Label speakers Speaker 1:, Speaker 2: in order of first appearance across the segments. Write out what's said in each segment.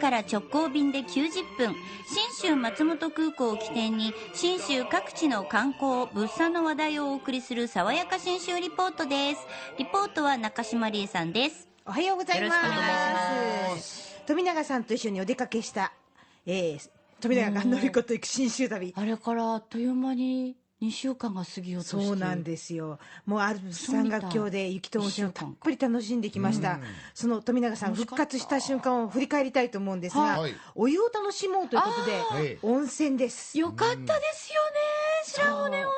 Speaker 1: から直行便で90分、新州松本空港を起点に、新州各地の観光、物産の話題をお送りする、爽やか新州リポートです。リポートは中島理恵さんです。
Speaker 2: おはようござい
Speaker 1: よろ
Speaker 2: ます
Speaker 1: しくお願いしま
Speaker 2: 富永さんと一緒にお出かけした、えー、富永がのりこと行く新州旅
Speaker 3: あれからあっという間に2週間が過ぎようとして
Speaker 2: そうなんですよもうアルプス山岳橋で雪と温泉をたっぷり楽しんできました、その富永さん復活した瞬間を振り返りたいと思うんですが、
Speaker 4: はい
Speaker 2: お湯を楽しもうということで
Speaker 4: はい
Speaker 2: 温泉です
Speaker 3: よかったですよね、白骨温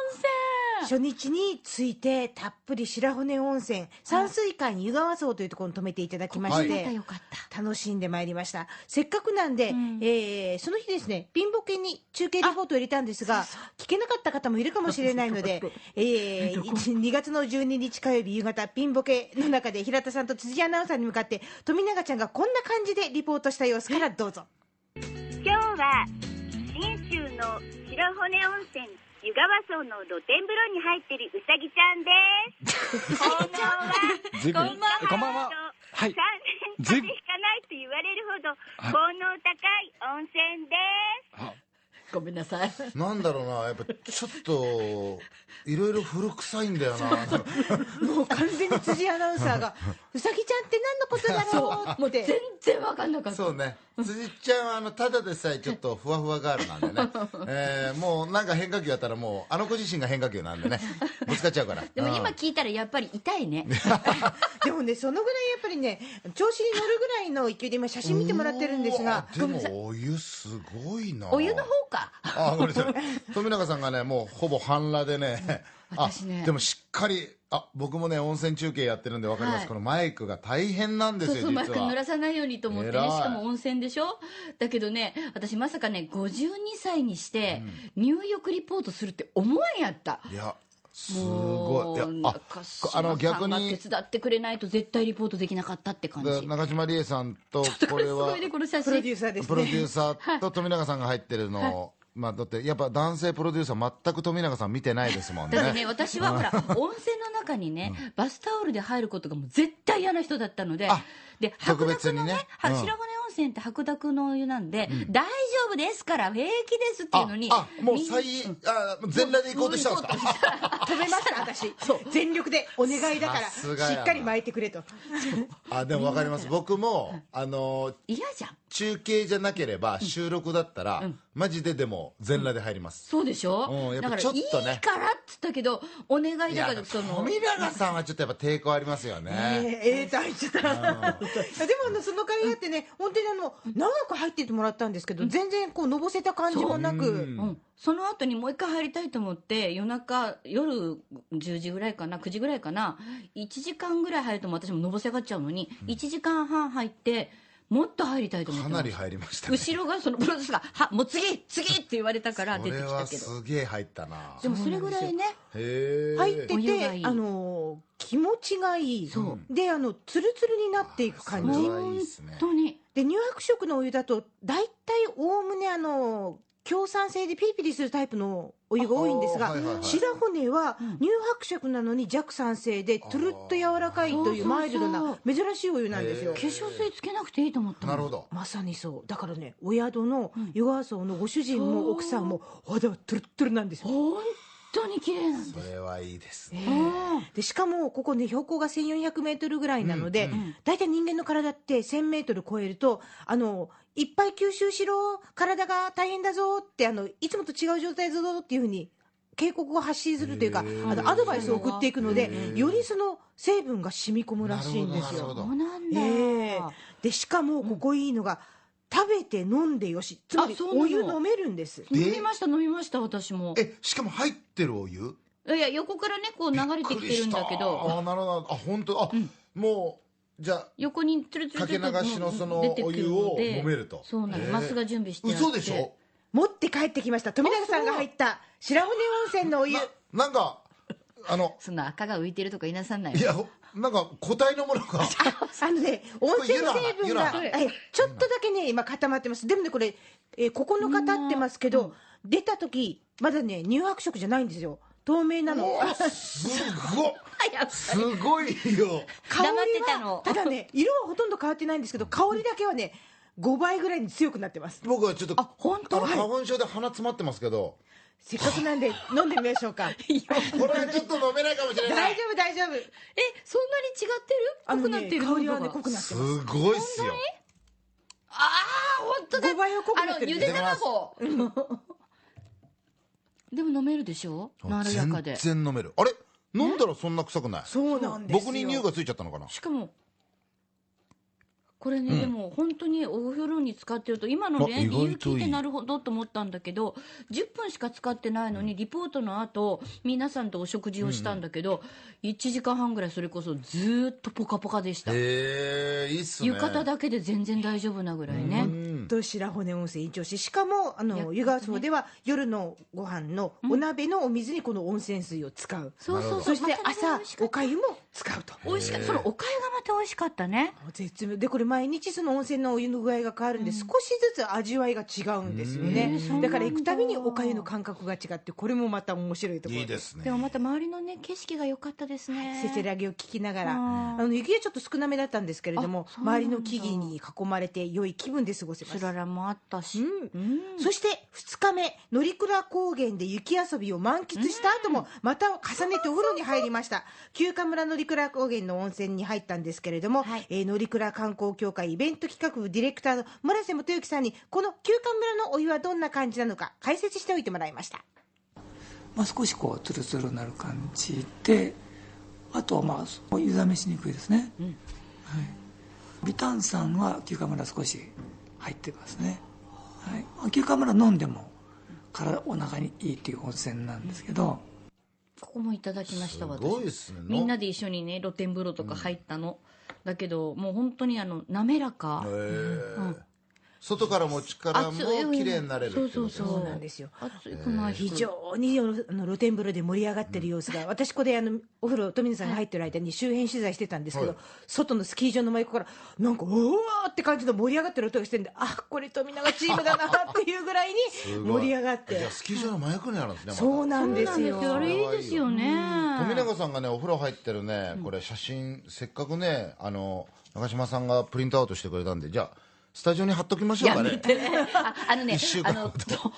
Speaker 2: 初日に着いてたっぷり白骨温泉山水館湯川荘というところに泊めていただきまし
Speaker 4: ここ
Speaker 2: て、
Speaker 3: 泉よかった
Speaker 2: 楽しんでまいりましたせっかくなんで、
Speaker 1: ん
Speaker 2: えーその日ですね貧乏犬に中継リポートを入れたんですが聞けなかった方もいるかもしれないので、えー、2月の12日火曜日夕方貧乏犬の中で平田さんと辻アナウンサーに向かって富永ちゃんがこんな感じでリポートした様子からどうぞ
Speaker 5: 今日は信州の白骨温泉湯川荘の露天風呂に入ってるうさぎちゃんです。こんばんは。
Speaker 6: ずいぶん、え こんばんは。は
Speaker 5: 三連。
Speaker 6: い
Speaker 5: 風邪ひかないって言われるほど
Speaker 6: はい
Speaker 5: 効能高い温泉です。
Speaker 6: あ
Speaker 3: ごめんなさい
Speaker 4: なんだろうな、やっぱちょっと、いろいろ古臭いんだよな。
Speaker 2: もう完全に辻アナウンサーが「 うさぎちゃんって何のことだろう?」
Speaker 3: も
Speaker 2: っ
Speaker 3: う
Speaker 2: て
Speaker 3: 全然わかんなかった
Speaker 4: そうね。辻ちゃんは、あの、ただでさえちょっとふわふわガールなんでね。えーもうなんか変化球やったらもう、あの子自身が変化球なん でね。ぶつかっちゃうから。
Speaker 3: でも今
Speaker 4: うん
Speaker 3: 聞いたらやっぱり痛いね
Speaker 2: でもねそのぐらいやっぱりね調子に乗るぐらいの勢いで今写真見てもらってるんですが
Speaker 4: うわでもお湯すごいな
Speaker 3: お湯の方か
Speaker 4: あごめんなさい富永さんがねもうほぼ半裸でねあ
Speaker 3: 私ね
Speaker 4: でもしっかりあ僕もね温泉中継やってるんでわかります、
Speaker 3: はい
Speaker 4: このマイクが大変なんです
Speaker 3: そう
Speaker 4: よ
Speaker 3: そうマイク
Speaker 4: 実
Speaker 3: 濡
Speaker 4: は
Speaker 3: らさないようにと思ってね
Speaker 4: 偉い
Speaker 3: しかも温泉でしょだけどね私まさかね52歳にして入浴リポートするって思わんやった
Speaker 4: いやす
Speaker 3: も
Speaker 4: ご
Speaker 3: う
Speaker 4: いいやあ
Speaker 3: 中
Speaker 4: あ
Speaker 3: 島さ
Speaker 4: の逆
Speaker 3: んが
Speaker 4: に
Speaker 3: 手伝ってくれないと絶対リポートできなかったって感じ
Speaker 4: で中島理恵さんとこ
Speaker 3: これ
Speaker 4: れ
Speaker 3: す
Speaker 4: は
Speaker 3: ごいねこの写
Speaker 2: プロデュー
Speaker 3: 真
Speaker 2: サーです
Speaker 4: プロデュ
Speaker 2: ね
Speaker 4: ーサーと富永さんが入ってるのを、まあ、だってやっぱ男性プロデューサー全く富永さん見てないです もん
Speaker 3: だってね
Speaker 4: ね
Speaker 3: 私はほら温泉の中にねバスタオルで入ることがもう絶対嫌な人だったので
Speaker 4: あ
Speaker 3: で
Speaker 4: 特
Speaker 3: 白
Speaker 4: 別
Speaker 3: 濁
Speaker 4: に
Speaker 3: の
Speaker 4: ね
Speaker 3: ね
Speaker 4: う
Speaker 3: は
Speaker 4: ん
Speaker 3: 白骨温泉って白濁のお湯なんで大丈夫ですから平気ですっていうのに
Speaker 4: ああもう
Speaker 3: みんな
Speaker 4: 最あ全裸で行こうとしたんですか
Speaker 2: 止めました 私全力でお願いだか
Speaker 4: さす
Speaker 2: ら
Speaker 4: が
Speaker 2: し
Speaker 4: やな
Speaker 2: っかり巻いてくれと
Speaker 4: あでも分かります僕もあの
Speaker 3: 嫌じゃん
Speaker 4: 中継じゃなければ収録だったら、マジででも全裸で入ります、
Speaker 3: そうでしょ、
Speaker 4: うんやっ
Speaker 3: だか
Speaker 4: ぱちょ
Speaker 3: ら
Speaker 4: っ
Speaker 3: い
Speaker 4: とね
Speaker 3: いからっつったけどお願い
Speaker 4: い
Speaker 3: だ
Speaker 4: や
Speaker 3: からその
Speaker 4: 富永さんはちょっとやっぱ抵抗ありますよね
Speaker 2: ええ大事だ でもあのその会があってね本当にあの長く入っててもらったんですけど全然こうのぼせた感じもなく
Speaker 3: うん、その後にもう一回入りたいと思って夜中夜10時ぐらいかな9時ぐらいかな1時間ぐらい入るともう私ものぼせがっちゃうのに、1時間半入ってもっと入りたいと思っ
Speaker 4: か
Speaker 3: てま
Speaker 4: な
Speaker 3: す
Speaker 4: り入りましたね
Speaker 3: 後ろがそのプロデュースが「はもう次次!」って言われたから
Speaker 4: こ
Speaker 3: 出てき
Speaker 4: れ
Speaker 3: た
Speaker 4: は
Speaker 3: けど
Speaker 4: すげえ入ったな
Speaker 3: でもそれぐらいね
Speaker 4: へえ
Speaker 2: 入って
Speaker 3: お湯が
Speaker 2: て
Speaker 3: いい
Speaker 2: あの気持ちがいいであのツルツルになっていく感
Speaker 4: そ
Speaker 2: じ
Speaker 4: れはいい
Speaker 3: 本
Speaker 4: ですね
Speaker 3: 当に
Speaker 2: で乳白色のお湯だと大体おおむねあの強酸性でピリピリするタイプのお湯が多いんですが、
Speaker 4: あーはいはいはい
Speaker 2: 白骨は乳白色なのに弱酸性でトゥルッと柔らかいとい
Speaker 3: そうそう
Speaker 2: う
Speaker 3: そう
Speaker 2: マイルドな珍しいお湯なんですよ
Speaker 3: 化。粧水つけなくていいと思ったも
Speaker 4: なんるほど
Speaker 2: まさにそうだからねお宿の湯川荘のご主人も奥さんも肌がトゥルットゥルなんですよ
Speaker 3: 本当に綺麗なん
Speaker 4: そ
Speaker 3: です
Speaker 4: れはいいですね
Speaker 2: でしかもここね標高が1 4 0 0ルぐらいなので、大体人間の体って1 0 0 0ル超えるとあのいっぱい吸収しろ体が大変だぞってあのいつもと違う状態だぞっていうふうに警告を発信するというかあのアドバイスを送っていくのでよりその成分が染み込むらしいんです
Speaker 4: なるほ
Speaker 2: よ。
Speaker 4: ど
Speaker 3: そうなんだ、
Speaker 2: ええでしかもここいいのが、食べて飲んでよしつまり
Speaker 3: あそうなの
Speaker 2: お湯飲めるんです。
Speaker 3: 飲みました飲みました私も
Speaker 4: えしかも入ってるお湯
Speaker 3: いや横からねこう流れてきてるんだけ
Speaker 4: びっくりした
Speaker 3: ど
Speaker 4: あなるほどあ本当あ、もうじゃあ
Speaker 3: 横につるつる
Speaker 4: かけ
Speaker 3: つ
Speaker 4: 流
Speaker 3: ると
Speaker 4: しのその
Speaker 3: 出て
Speaker 4: お
Speaker 3: く
Speaker 4: 湯
Speaker 3: る
Speaker 4: を
Speaker 3: ので
Speaker 4: 飲めると
Speaker 3: そうなんで
Speaker 4: へ
Speaker 3: す
Speaker 4: え
Speaker 3: マスが準備してあって
Speaker 4: 嘘でしょ
Speaker 2: 持って帰ってきました富永さんが入った白骨温泉のお湯
Speaker 4: ななんかあの
Speaker 3: その赤が浮いてるとか言いなさんない
Speaker 4: いやほなんか個体のもの が
Speaker 2: あのね、温泉成分
Speaker 4: ユラ
Speaker 2: が
Speaker 4: ユ、
Speaker 3: ラ
Speaker 2: えちょっとだけね、今固まってます。でもね、これ、え9日経ってますけど、出た時、まだね、乳白色じゃないんですよ。透明なの。
Speaker 4: おすごっすごいよ
Speaker 2: 香りは
Speaker 3: 黙ってたの
Speaker 2: だね、色はほとんど変わってないんですけど、香りだけはね、 5倍ぐらいに強くなってます。
Speaker 4: 僕はちょっと
Speaker 3: あ本当
Speaker 4: あの
Speaker 2: はい
Speaker 4: 花粉症で鼻詰まってますけど
Speaker 2: せっかくなんで飲んでみましょう か。
Speaker 4: これはちょっと飲めないかもしれな
Speaker 2: 大
Speaker 4: い
Speaker 2: 丈夫大丈夫。
Speaker 3: えそんなに違ってる濃くなってる
Speaker 2: あのね香りはね
Speaker 3: 喉
Speaker 2: 濃
Speaker 3: が
Speaker 2: くなって
Speaker 4: す
Speaker 2: ます。
Speaker 4: ごいっすよ
Speaker 3: ああ本当だ
Speaker 2: 5倍は濃くなっ
Speaker 3: あ
Speaker 2: て
Speaker 3: の
Speaker 2: る
Speaker 3: ゆで卵でも飲めるでしょまろやかで
Speaker 4: 全然飲めるあれ飲んだらそんな臭くない
Speaker 2: そうなんですよ。
Speaker 4: 僕に匂いがついちゃったのかな
Speaker 3: しかもこれね、
Speaker 4: うん
Speaker 3: でも本当にお風呂に使ってると今の
Speaker 4: あ
Speaker 3: ね
Speaker 4: 意
Speaker 3: 理由
Speaker 4: 外といい
Speaker 3: 聞いてなるほどと思ったんだけど10分しか使ってないのにリポートの後皆さんとお食事をしたんだけど、1時間半ぐらいそれこそずーっとポカポカでした、
Speaker 4: へえいいっすね
Speaker 3: 浴衣だけで全然大丈夫なぐらいね、
Speaker 4: うん
Speaker 2: と白骨温泉一押ししかもあ
Speaker 3: やっぱ
Speaker 2: の
Speaker 3: りね
Speaker 2: 湯川荘では夜のご飯のお鍋のお水にこの温泉水を使う、
Speaker 3: そうそうそ
Speaker 2: そうして
Speaker 3: またね美
Speaker 2: 朝
Speaker 3: 味しかっ
Speaker 2: おかゆも使うと
Speaker 3: た美味しかったそのお粥がまた美味しかったね
Speaker 2: 絶妙でこれ毎日その温泉のお湯の具合が変わるんで少しずつ味わいが違うんですよね
Speaker 3: うん
Speaker 2: だから行くたびにおかゆの感覚が違ってこれもまた面白いところ
Speaker 4: いいですね
Speaker 3: でもまた周りのね景色が良かったですね
Speaker 2: せせらぎを聞きながら、
Speaker 3: うん
Speaker 2: あの雪はちょっと少なめだったんですけれども
Speaker 3: あそうなんだ
Speaker 2: 周りの木々に囲まれて良い気分で過ごせます
Speaker 3: つららもあったし、
Speaker 2: うん
Speaker 3: うん
Speaker 2: そして2日目乗鞍高原で雪遊びを満喫した後もまた重ねてお風呂に入りました旧暇村乗鞍高原の温泉に入ったんですけれども、
Speaker 3: はい
Speaker 2: えー乗鞍観光協会イベント企画部ディレクターの村瀬元之さんにこの旧暇村のお湯はどんな感じなのか解説しておいてもらいました
Speaker 7: まあ、少しこうツルツルなる感じであとはまあそう湯冷めしにくいですね、はい、ビタン酸は休暇村少し入ってますね、はいまあ、休暇村飲んでも体お腹にいいっていう温泉なんですけど
Speaker 3: ここもいただきました
Speaker 4: すごいっ
Speaker 3: 私
Speaker 4: すね
Speaker 3: みんなで一緒にね露天風呂とか入ったの、だけどもう本当にあの滑らか、
Speaker 4: へえ外から持ちからも綺麗になれるってことです
Speaker 3: そう
Speaker 2: そう
Speaker 4: ね
Speaker 2: なんですよ
Speaker 3: 暑くないし
Speaker 2: 非常にあの露天風呂で盛り上がってる様子が、私、ここであのお風呂、富野さんが入ってる間に周辺取材してたんですけど、
Speaker 4: はい
Speaker 2: 外のスキー場の真横から、なんか、うわーって感じの盛り上がってる音がしてるんで、あこれ、富永チームだなっていうぐらいに
Speaker 4: すごい
Speaker 2: 盛り上がっ
Speaker 4: じ
Speaker 2: て
Speaker 4: ゃあ、スキー場の真横にあるんですねまた
Speaker 2: そうなん
Speaker 3: そう
Speaker 2: で
Speaker 3: なん
Speaker 2: す
Speaker 3: で
Speaker 2: よ
Speaker 3: す。よあれいいですよね、
Speaker 4: 富永さんがねお風呂入ってるねこれ写真せっかくねあの中島さんがプリントアウトしてくれたんでじゃあスタジオに貼っときましょう
Speaker 3: や
Speaker 4: か
Speaker 3: め
Speaker 4: ね
Speaker 3: てねああのね
Speaker 4: 一週
Speaker 3: あ
Speaker 4: 間
Speaker 3: の北東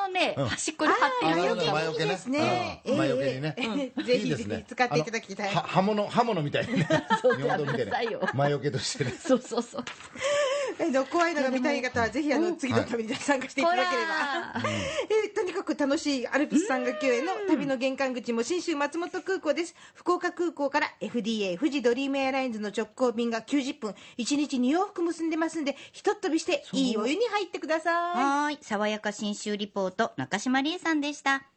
Speaker 3: のね端っこに貼って
Speaker 4: あ
Speaker 3: る
Speaker 4: なるほど
Speaker 3: のが
Speaker 4: 魔除けね
Speaker 2: ですね
Speaker 4: うん
Speaker 2: ええ
Speaker 4: 魔除けにね
Speaker 2: うんぜひ
Speaker 4: いいですね
Speaker 2: ぜひ使っていただきたい
Speaker 4: あのは刃物刃物みたい にね
Speaker 3: そう
Speaker 4: 日本刀みたい
Speaker 3: やめなさいよ
Speaker 4: な魔除けとしてね
Speaker 3: そうそうそう
Speaker 2: えーの怖いのが見たい方は、ぜひあの次の旅に参加していただければ、えーとにかく楽しいアルプス山岳救援の旅の玄関口も信州松本空港です福岡空港から FDA 富士ドリームエアラインズの直行便が90分1日2往復結んでますんでひとっ飛びしていいお湯に入ってください
Speaker 1: はーい。爽やか新州リポート、中島理恵さんでした。